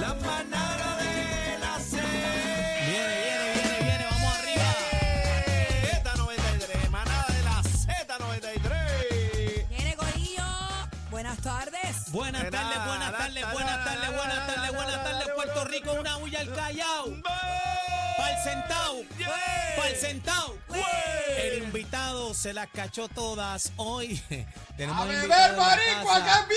La manada de la C. Viene, viene, viene, viene. Vamos arriba. Eh, Z93, manada de la Z93. Viene Corillo, buenas tardes. Buenas tardes, buenas tardes, buenas tardes, buenas tardes, buenas tardes, Puerto Rico, una huya al Callao, pa'l centao, pa'l centao. El invitado se las cachó todas hoy. Tenemos ¡A invitado beber en la marico, casa. que es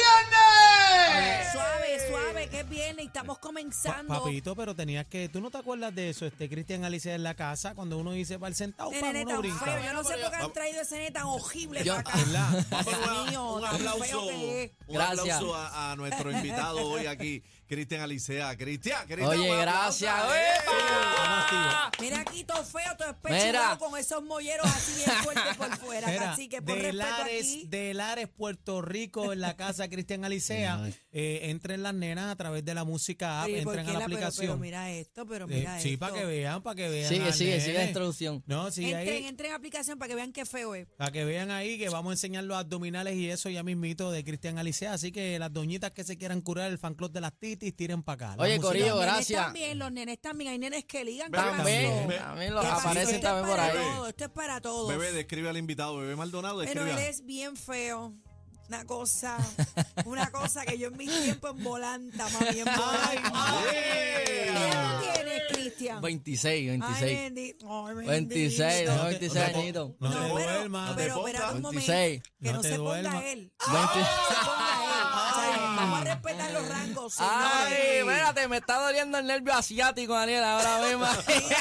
viernes! Suave, suave, que es viernes y estamos comenzando. Pa- papito, pero tenías que, tú no te acuerdas de eso, este Cristian Alicia en la casa, cuando uno dice pa'l centao, Ese pa, nene uno tan feo, brinca. yo no sé por qué han traído ese nene tan horrible para acá. ¿Verdad? Vamos a dar mío, un tan aplauso, feo que es. un Gracias. aplauso a, a nuestro invitado hoy aquí, Cristian Alicea. Cristian, Cristian. Oye, un aplauso. gracias. Vamos, tío. Mira aquí todo feo, todo Mira. espechugado con esos molleros así bien fuertes por fuera. Mira, así que por de respeto Lares, aquí. de Lares, Puerto Rico, en la casa Cristian Alicea, eh, entren las nenas a través de la música app, Oye, ¿por entren qué a la la- pero- Pero, aplicación. mira esto, pero Eh, mira esto. sí, para que vean, para que vean. Sigue, al sigue, nene. sigue la introducción. No, sigue Entren, ahí. entren en aplicación para que vean qué feo es. Para que vean ahí que vamos a enseñar los abdominales y eso ya mismito de Cristian Alicea. Así que las doñitas que se quieran curar el fan club de las titis, tiren para acá. La Oye, música- Corillo, los gracias. nenes también, los nenes también. Hay nenes que ligan. ¿qué También, pasó? Ve- también ¿Qué los pasó? Esto aparecen es también por para ahí. todo, Esto es para todos. Bebé, describe al invitado. Bebé Maldonado, Pero describe. él es bien feo. Una cosa, una cosa que yo en mi tiempo en volanta, mami, en Ay, volanta. ¿Qué edad Yeah. tienes, Cristian? 26, 26. bendito. Ay, 26, bendito. no, este 26 No te- añitos. No, te No, pero, duermas. te pero pongas. espérate un momento. 26. Que no, No te se duermas. ponga él. Se 20. ponga él. O sea, vamos a respetar los rangos. Ay, señores. espérate, me está doliendo el nervio asiático, Daniel, ahora mismo. Mira,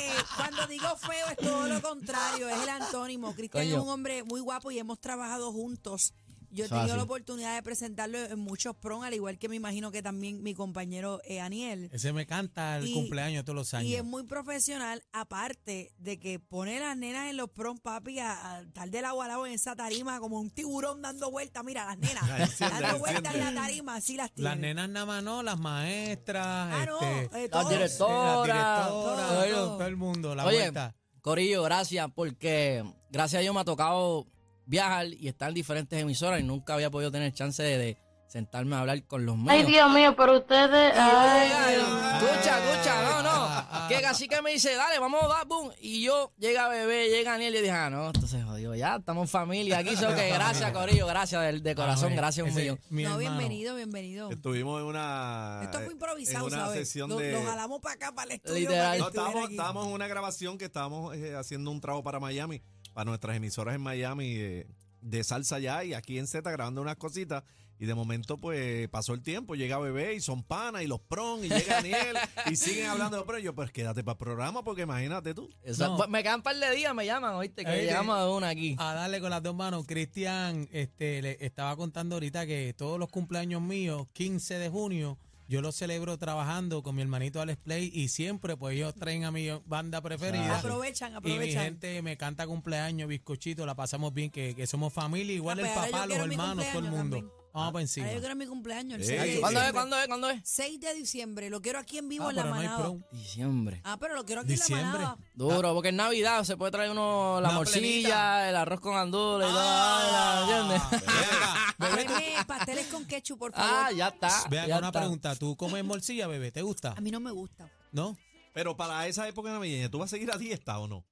eh, cuando digo feo es todo lo contrario, es el antónimo. Cristian es Coño. un hombre muy guapo y hemos trabajado juntos. Yo he Eso tenido así. la oportunidad de presentarlo en muchos pron, al igual que me imagino que también mi compañero eh, Aniel. Ese me canta el Y- cumpleaños todos los Y es años. muy profesional, aparte de que pone a las nenas en los prom, papi, a, a estar del agua al agua en esa tarima como un tiburón dando vueltas. Mira, las nenas Ahí enciende, ahí dando vueltas en la enciende. tarima, así las tiene. Las nenas nada más no, las maestras, Ah, no, este, eh, Las todos. directoras. las directoras, Todo, todo, todo. el mundo, la Oye, vuelta. Corillo, gracias, porque gracias a Dios me ha tocado viajar y estar en diferentes emisoras y nunca había podido tener chance de, de sentarme a hablar con los míos. Ay, Dios mío, pero ustedes. Ay, Ay, Dios. Escucha, escucha, no, no. Que casi que me dice, dale, vamos a dar, boom. Y yo, llega bebé, llega Aniel, y yo dije, ah, no, entonces jodido, ya, estamos en familia. Aquí so que gracias, Corillo, gracias de, de corazón, Ah, gracias un ese- millón. mi No, hermano. bienvenido, Este bienvenido. Estuvimos en una. eh, Esto fue improvisado, En una ¿sabes? sesión Lo- de. lo jalamos para acá, para el estudio. Literal. para que No, estuviera estábamos, aquí. estábamos en una grabación que estábamos eh, haciendo un trago para Miami, para nuestras emisoras en Miami eh, de salsa ya y aquí en Z grabando unas cositas. Y de momento, pues pasó el tiempo, llega Bebé y son panas y los pron y llega Daniel y siguen hablando de pron. Y Yo, pues quédate para el programa porque imagínate tú. Eso- No. Ah, pues, me quedan un par de días, me llaman, oíste, que Oíste. llegamos a una aquí. A darle con las dos manos. Cristian este, le estaba contando ahorita que todos los cumpleaños míos, 15 de junio, yo los celebro trabajando con mi hermanito Alex Play y siempre pues ellos traen a mi banda Ah, preferida. Aprovechan, Y mi aprovechan. gente me canta cumpleaños, bizcochito, la pasamos bien, que, que somos familia, igual Ah, el pues ahora yo papá, los quiero mi hermanos, todo el cumpleaños mundo. también. Vamos para Ahora encima. yo quiero mi cumpleaños, el Sí. 6 de ¿Cuándo es? diciembre. ¿Cuándo es? ¿Cuándo es? 6 de diciembre, lo quiero aquí en vivo Ah, en la pero no hay manada. prom. Diciembre. ah, pero lo quiero aquí en la Diciembre. manada. Duro, porque en Navidad se puede traer uno la Una morcilla, plenita. el arroz con andula y Ah, todo. ¿Entiendes? Tráeme pasteles con ketchup, por favor. Ah, ya está. Vean, ya una está. pregunta. ¿Tú comes morcilla, bebé? ¿Te gusta? A mí no me gusta. ¿No? Pero para esa época navideña, ¿tú vas a seguir a dieta o no?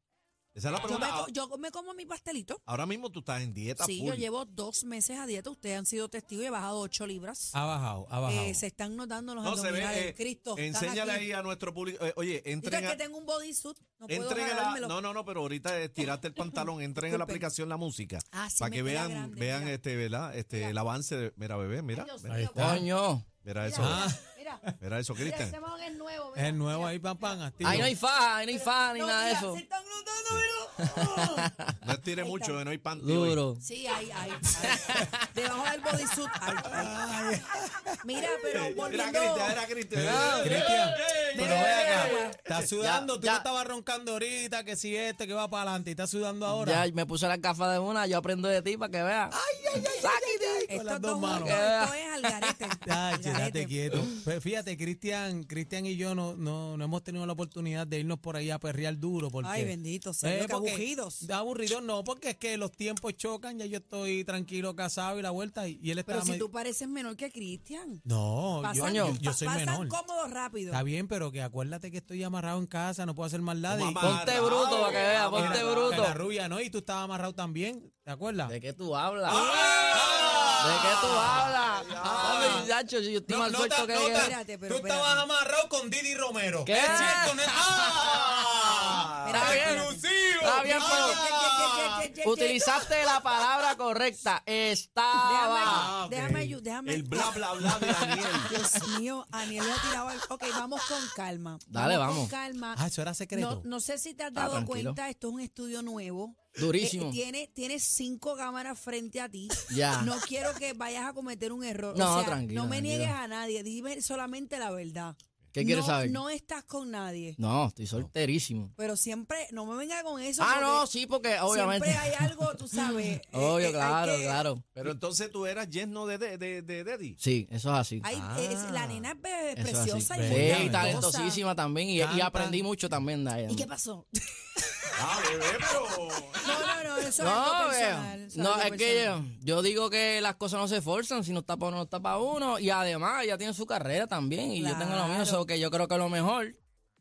Esa es la Yo me, pregunta. co- yo me como mi pastelito. Ahora mismo tú estás en dieta Sí, full. yo llevo dos meses a dieta. Ustedes han sido testigos y he bajado 8 libras. Ah, Ha bajado, ha bajado. Eh, se están notando los no se ve. abdominales. eh, Cristo, están enséñale aquí. ahí a nuestro público. eh, Digo, oye, entren es a, que tengo un bodysuit. No puedo entren a la, jalármelo. No, no, no, pero ahorita eh, tiraste el pantalón, entren a la Disculpen. aplicación La Música. Ah, sí, para me que queda vean, grande, vean mira. este, ¿verdad? Este, el avance. de- mira, bebé, mira. Dios mira, mío, Coño. mira eso. Ah, Mira, Mira eso, mira, Cristian. ese mojón es nuevo. es mira. nuevo ahí, pan, pan. activo. Ahí no hay faja, ahí no hay faja ni No, nada de mira, eso. Se están notando, mira. Oh. No estire mucho, está. que no hay panty hoy. Duro. Sí, ahí, ahí. ahí. Debajo del bodysuit. Ay, ay. Mira, pero Era volviendo. Cristian, era Eh, Cristian. Cristian, pero ey, ve ey, acá. ey. Estás sudando, tú ya. no estabas roncando ahorita, que si este, que va para adelante, y estás sudando ahora. Ah, Ya me puse las gafas de una, yo aprendo de ti para que veas. con Estos las dos dos manos. juntos, esto es al garete. Ya, Al che, date garete. quieto. Pues fíjate, Cristian, Cristian y yo no, no, no hemos tenido la oportunidad de irnos por ahí a perrear duro. Porque, Ay, bendito sea, Dios, qué Eh, porque- aburridos. Aburridos no, porque es que los tiempos chocan, ya yo estoy tranquilo, casado y la vuelta, y, y él está... Pero si tú pareces menor que Cristian. No, yo- Pasan, yo, yo soy pa- pasan menor. cómodos rápido. Está bien, pero que acuérdate que estoy amarrado en casa, no puedo hacer más nada. y- Como amarrado. Ponte bruto para que veas, y la- ponte que bruto. La rubia, ¿no? Y tú estabas amarrado también, ¿te acuerdas? ¿De qué tú hablas? Ah, ¿De qué tú hablas? Ah, muchacho, yo estoy más suelto que... que- Espérate, pero espérate. amarrado con Didi Romero. ¡Ah! ¿Qué? Ah, Está bien, está bien, Ye, ye, ye, ye, ye, ye. pero utilizaste la palabra correcta. Déjame, Estaba. déjame, ayu- déjame. El bla, bla, bla de Daniel. Dios mío, Aniel le ha tirado al- Ok, vamos con calma. Dale, vamos. Con calma. Ah, eso era secreto. No, no sé si te has Ah, dado tranquilo. cuenta, esto es un estudio nuevo. Durísimo. Eh, tiene, tiene cinco cámaras frente a ti. Ya. No quiero que vayas a cometer un error. No, o sea, tranquilo, No me tranquilo. niegues a nadie. Dime solamente la verdad. ¿Qué quieres no, saber? No estás con nadie. No, estoy solterísimo. Pero siempre, no me venga con eso. Ah, no, porque sí, porque obviamente. Siempre hay algo, tú sabes. eh, eh, Obvio, hay claro, que- claro. Pero entonces tú eras yerno de, de, de, de Deddy. Sí, eso es así. hay- es- la nena es be- Ah. Eso es así. preciosa y Sí, muy bonita, y talentosísima también. Y, y Canta. aprendí mucho también de ella. ¿Y qué pasó? Ah, bebé, pero. No, no, no, eso es algo No, personal. veo. eso No, algo es que personal. yo, yo digo que las cosas no se esforzan, si no está para uno, no está para uno. Y además, ella tiene su carrera también, y yo tengo lo mío, Claro. so que yo creo que lo mejor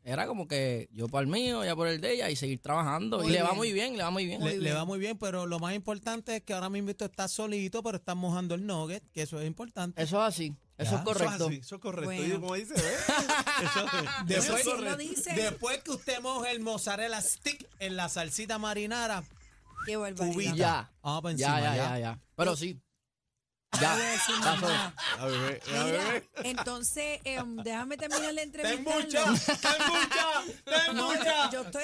era como que yo por el mío, ella por el de ella, y seguir trabajando. Muy y le va bien. muy bien, le va muy bien. Le, le va muy bien, pero lo más importante es que ahora mismo tú estás solito, pero estás mojando el nugget, que eso es importante. Eso es así, eso Ya. es correcto. Eso es, así, eso es correcto. Bueno. Y como dice, ¿eh? Eso es- Después- eso es Sí, lo dice. después que usted moje el mozzarella stick en la salsita marinara, Qué barbaridad. Cubita. Y ya. Vamos pa' ya, encima, ya. ya, ya, ya. Pero sí. Ya. pasó. Ah, bebé, ah, Mira, bebé. entonces, em, déjame terminar la entrevista. ¡Ten mucha! ¡Ten No, yo estoy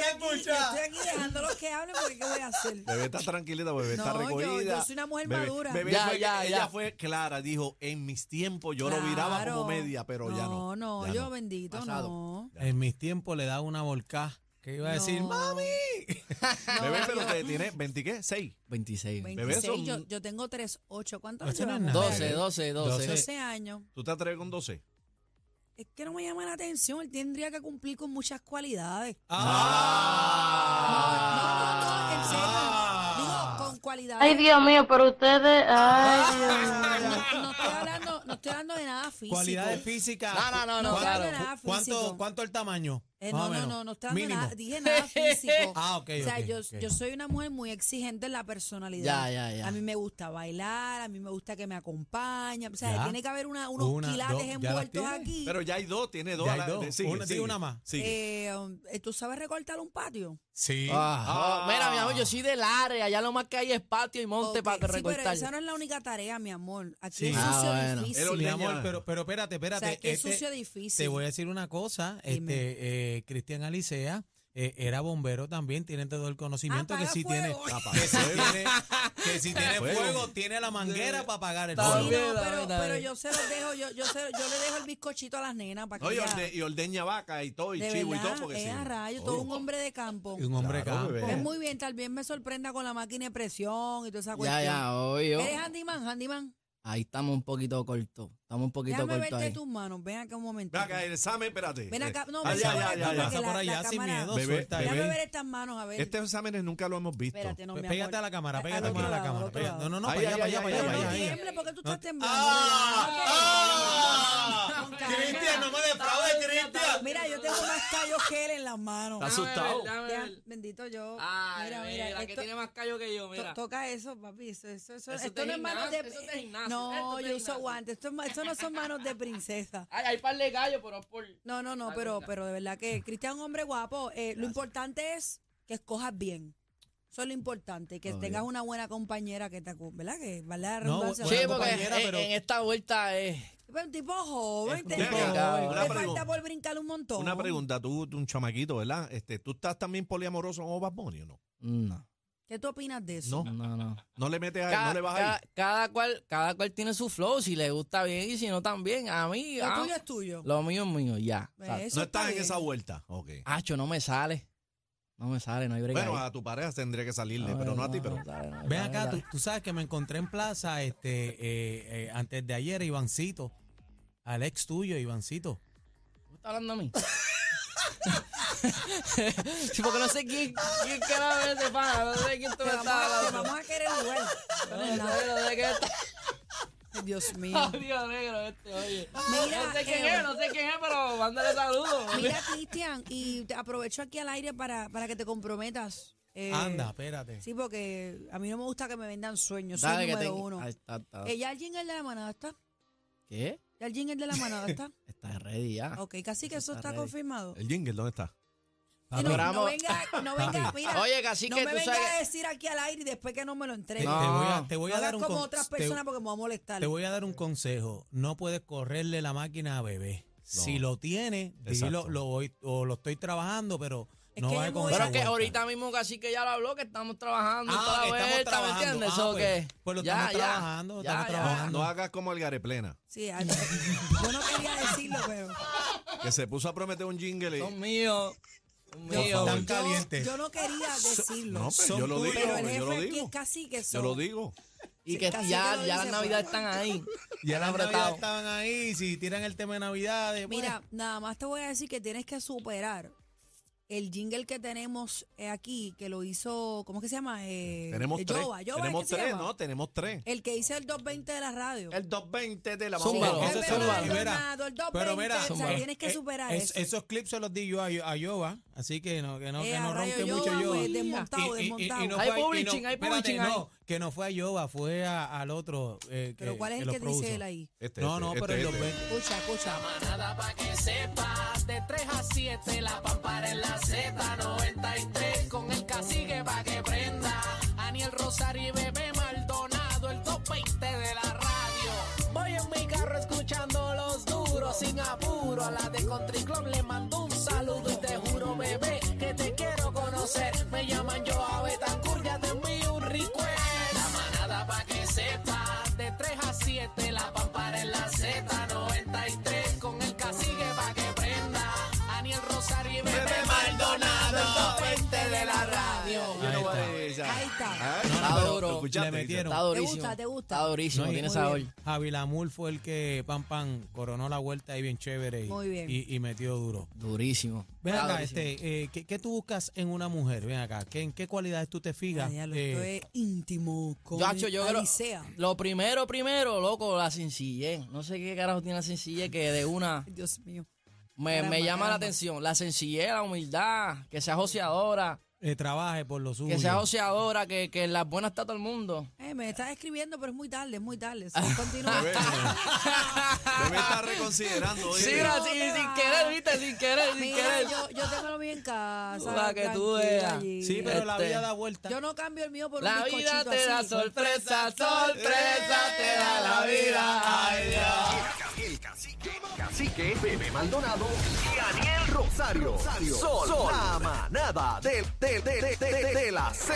aquí, yo estoy aquí dejándolos que hablen porque ¿qué voy a hacer? Bebé está tranquilita, bebé está No, yo- recogida. yo soy una mujer Bebé- madura. Bebé Ya, fue- ya, ella ya. fue clara, dijo, en mis tiempos yo lo viraba Claro. como media, pero ya no. No, ya yo bendito, Pasado. no. En mis tiempos le daba una volcá que iba a decir, No. mami. Bebé, pero te tiene 20 qué? 6. 26. Bebé, 26, son- yo, yo tengo 3, 8, ¿cuántos Eso no es llevamos? nada. 12, 12, 12. 12. 12 años. ¿Tú te atreves con 12? Es que no me llama la atención, él tendría que cumplir con muchas cualidades. ¡Ah! No, no, no, Ah. en serio. Digo, con cualidades. Ay, Dios mío, pero ustedes. Ay, Dios mío. No, no estoy hablando, no estoy hablando de nada físico. Cualidades físicas. No, no, no, no, No, ¿Cuánto- claro. no, no. nada ¿Cuánto, físico. ¿Cuánto el tamaño? Eh, Más no, o no, menos. no, no estoy dando Mínimo. nada, dije nada físico. Ah, ok, O sea, ok, yo, ok. yo soy una mujer muy exigente en la personalidad. Ya, ya, ya. A mí me gusta bailar, a mí me gusta que me acompañen. O sea, Ya. tiene que haber una, unos Una, quilates dos, ya las envueltos tienes. aquí. Pero ya hay dos, tiene dos. Ya a hay la- dos. de- sigue, Una- sigue, digo una más. sigue. Eh, eh, ¿Tú sabes recortar un patio? Sí. Ah, Ah. Mira, mi amor, yo soy del área, allá lo más que hay es patio y monte Ok, para que sí, pero recortar. esa no es la única tarea, mi amor. Aquí Sí. es Ah, sucio bueno. difícil. Pero Mi leña. amor, pero, pero espérate, o espérate. sea, aquí es este- sucio difícil. Te voy a decir una cosa, Dime. este eh, Cristian Alicea eh, era bombero también, tiene todo el conocimiento que Apaga si tiene, fuego. Papá, que si bebé. tiene, que si tiene Fuego. fuego, tiene la manguera para apagar el Está Sí, fuego. no, bien, está pero, bien, está pero bien. yo se los dejo, yo, yo, se- yo le dejo el bizcochito a las nenas para que No, y, ellas- orde- y ordeña vaca y todo, y de chivo y verdad, todo. Porque es sí. Oh. a rayo, todo Oye, un hombre de campo. Y Un hombre Claro, campo. bebé. Pues muy bien, tal vez me sorprenda con la máquina de presión y toda esa Ya, cuestión. ya, obvio. ¿Eres handyman, handyman? Ahí estamos un poquito cortos. Estamos un poquito Déjame cortos verte ahí. tus manos. Ven acá un momento. Ven acá, el examen, espérate. Ven acá. No, Ah, ven ya, acá, ya, ven ya, acá, porque ya. Pasa por la- allá la sin cámara- miedo, Bebé, suelta ahí. Déjame bebé. ver estas manos, a ver. Estos exámenes Este nunca lo hemos visto. Espérate, no, mi Pégate amor. a la cámara, Al pégate otro más a la lado, al cámara. otro pégate. lado. No, no, no, Ahí, para allá, ahí, para allá, ahí, para Pero allá. ahí, para no allá. tiemble porque tú estás temblando. Ah, ¡Ah! Relaja. ¡Cristian, no me defraudes, Cristian! Mira, yo tengo más callos que él en las manos. Está asustado. Ya, Bendito yo. Ay, mira, mira, Ah, la que esto- tiene más callo que yo, to- mira. toca eso, papi. Eso, eso, eso, Eso es esto de no es manos de. gimnasio, eso es de gimnasio, esto no, es de yo uso gimnasio. guantes. Esto, es ma- esto no son manos de princesa. Ay, hay par de gallos, pero es por... No, no, no, Ay, pero, mira. pero de verdad que Cristian es un hombre guapo. Eh, lo importante es que escojas bien. Eso es lo importante. Que tengas una buena compañera que te acu- ¿Verdad? Que vale la No, redundancia. Sí, Buena porque compañera, en, pero- en esta vuelta es... Pero un tipo joven. Te, Ven tipo te- acá, joven. una te pregunta. falta por brincar un montón. Una pregunta, tú, tú un chamaquito, ¿verdad? Este, ¿Tú estás también poliamoroso o Bad Bunny o no? No, ¿Qué tú opinas de eso? No, no, no. no le metes a él, Cada, no le vas a cada- ir. cada cual, cada cual tiene su flow, si le gusta bien y si no también. A mí, Lo ah, tuyo es tuyo. lo mío es mío, ya. Eh, Exacto. eso No está estás en bien. esa vuelta. Ok. Acho, no me sale. No me sale, no hay brega. Bueno, ahí. Ah. a tu pareja tendría que salirle, No, pero no a ti, no, pero. no sale, no me Ven sale, acá, no tú, sale. tú sabes que me encontré en plaza este, eh, eh, antes de ayer, Ivancito. Al ex tuyo, Ivancito. ¿Tú estás hablando a mí? sí, porque no sé quién, quién carajo es ese pana, no sé quién tú me Te estás vamos, a, te hablando. vamos a querer igual. No, no sé, no sé qué está. Ay, Dios mío. Dios negro este, oye. Mira, no sé quién eh, es, no sé quién es, pero mándale saludos. Mira, Cristian, y te aprovecho aquí al aire para, para que te comprometas. eh, Anda, espérate. Sí, porque a mí no me gusta que me vendan sueños. Soy Dale, que número te- uno. Ahí está, está. Eh, ya el jingle de la manada está. ¿Qué? Ya el jingle de la manada está. Estás ready ya. Ok, casi que eso está está ready. Eh, confirmado. El jingle, ¿dónde está? Y no, no Programa- venga, no venga, mira. Oye, casi no que me tú venga sabes a que- decir aquí al aire y después que no me lo Te, entregue. te No, No, voy a, te voy a hagas dar un como con- otras te- personas porque me va a molestar. Te voy a dar un consejo. No puedes correrle la máquina a bebé. Si lo tienes, dilo, Exacto. lo voy, o lo estoy trabajando, pero Es no que vayas yo con voy- esa Pero es vuelta. que ahorita mismo casi que ya lo habló, que estamos trabajando Ah, toda la que estamos vuelta, ¿me trabajando. entiendes? Ah, So pues- que pues lo ya, estamos ya, trabajando, estamos ya, ya. No, trabajando. no hagas como el gareplena, Sí, ay, yo no quería decirlo, pero. que se puso a prometer un jingle y. Son míos, son Yo- míos. Tan yo- caliente. Yo no quería decirlo. No, pero Son yo lo tuyos. digo, pero el yo jefe lo aquí es digo. casi que Yo lo digo. y que casi que ya, lo ya dice, las navidades pues. están ahí. Ya las Apretado. navidades estaban ahí. Si tiran el tema de pues. navidad, Mira, nada más te voy a decir que tienes que superar el jingle que tenemos eh, aquí, que lo hizo, ¿cómo es que se llama? Eh, Tenemos eh, tres. Jova, Jova, Tenemos ¿es que se tres, llama? ¿no? Tenemos tres. El que hizo el 220 de la radio. El 220 de la Zúmbalo. vamos a- Ese es es el verdad, Jova. Leonardo, el 220, o sea, Zumba. tienes que eh, superar es- eso. Esos clips se los di yo a, a Yoba, así que no, que no, Eh, que a no rayo ronque Yoba, mucho Yoba. pues, desmontado, Y- y- y- y desmontado. no Hay fue- y no- publishing, hay espérate, publishing No, que no fue a Yoba, fue a- al otro. eh, pero ¿cuál es el los que dice produjo. él ahí? Este, No, este, no, este, pero pues, el este. 220. Escucha, escucha. manada pa' que sepas De 3 a 7 la pampara en la Z93 Con el cacique pa' que prenda Aniel Rosario y Bebé Maldonado El 220 de la radio Voy en mi carro escuchando los duros Sin apuro a la de Country Club Le mando un saludo y te juro bebé Que te quiero conocer Me llaman yo a Betancourt Ya te envío un request La manada pa' que sepas De 3 a 7 la pampara en la Z93 Con el cacique pa' que prenda Aniel Rosario y Bebé Maldonado El top 20 de la radio Yo no voy a- ya. Ahí está. Ah, no, Está pero duro. lo escuchaste, Le metieron. Está ¿Te durísimo. gusta? ¿Te gusta? Está durísimo, No, y- tiene muy sabor. bien. Javi Lamur fue el que pam pam coronó la vuelta ahí bien chévere y, Muy bien. y- y metió duro. Durísimo. Ven Está acá, durísimo. este, eh, ¿qué, qué tú buscas en una mujer? Ven acá, ¿qué- ¿en qué cualidades tú te fijas? Ay, ya lo- Eh, esto es íntimo con Chacho, yo creo- Alicea. Lo primero, primero, loco, la sencillez. No sé qué carajo tiene la sencillez que de una Ay, Dios mío. me, Caramba, me llama la caramba. atención. La sencillez, la humildad, que sea joseadora, eh, trabaje por lo suyo. que sea joseadora, que, que en las buenas está todo el mundo. Eh, me estás escribiendo, pero es muy tarde, es muy tarde. Sí, continúa. Bebé, bebé está reconsiderando. oye. Sí, mira, así, te sin vas. querer, viste, sin querer, sin Mira, querer. yo, yo tengo lo mío en casa. Para que tú tranquilo veas. allí. sí, pero la Este. vida da vuelta. Yo no cambio el mío por La un vida bizcochito te da así. ¡Eh! sorpresa, sorpresa te da la vida. Ay, Dios. El cacique, cacique, Bebe Maldonado y Daniel Rosario. Sol, la manada del- de, de, de, de, de la Z.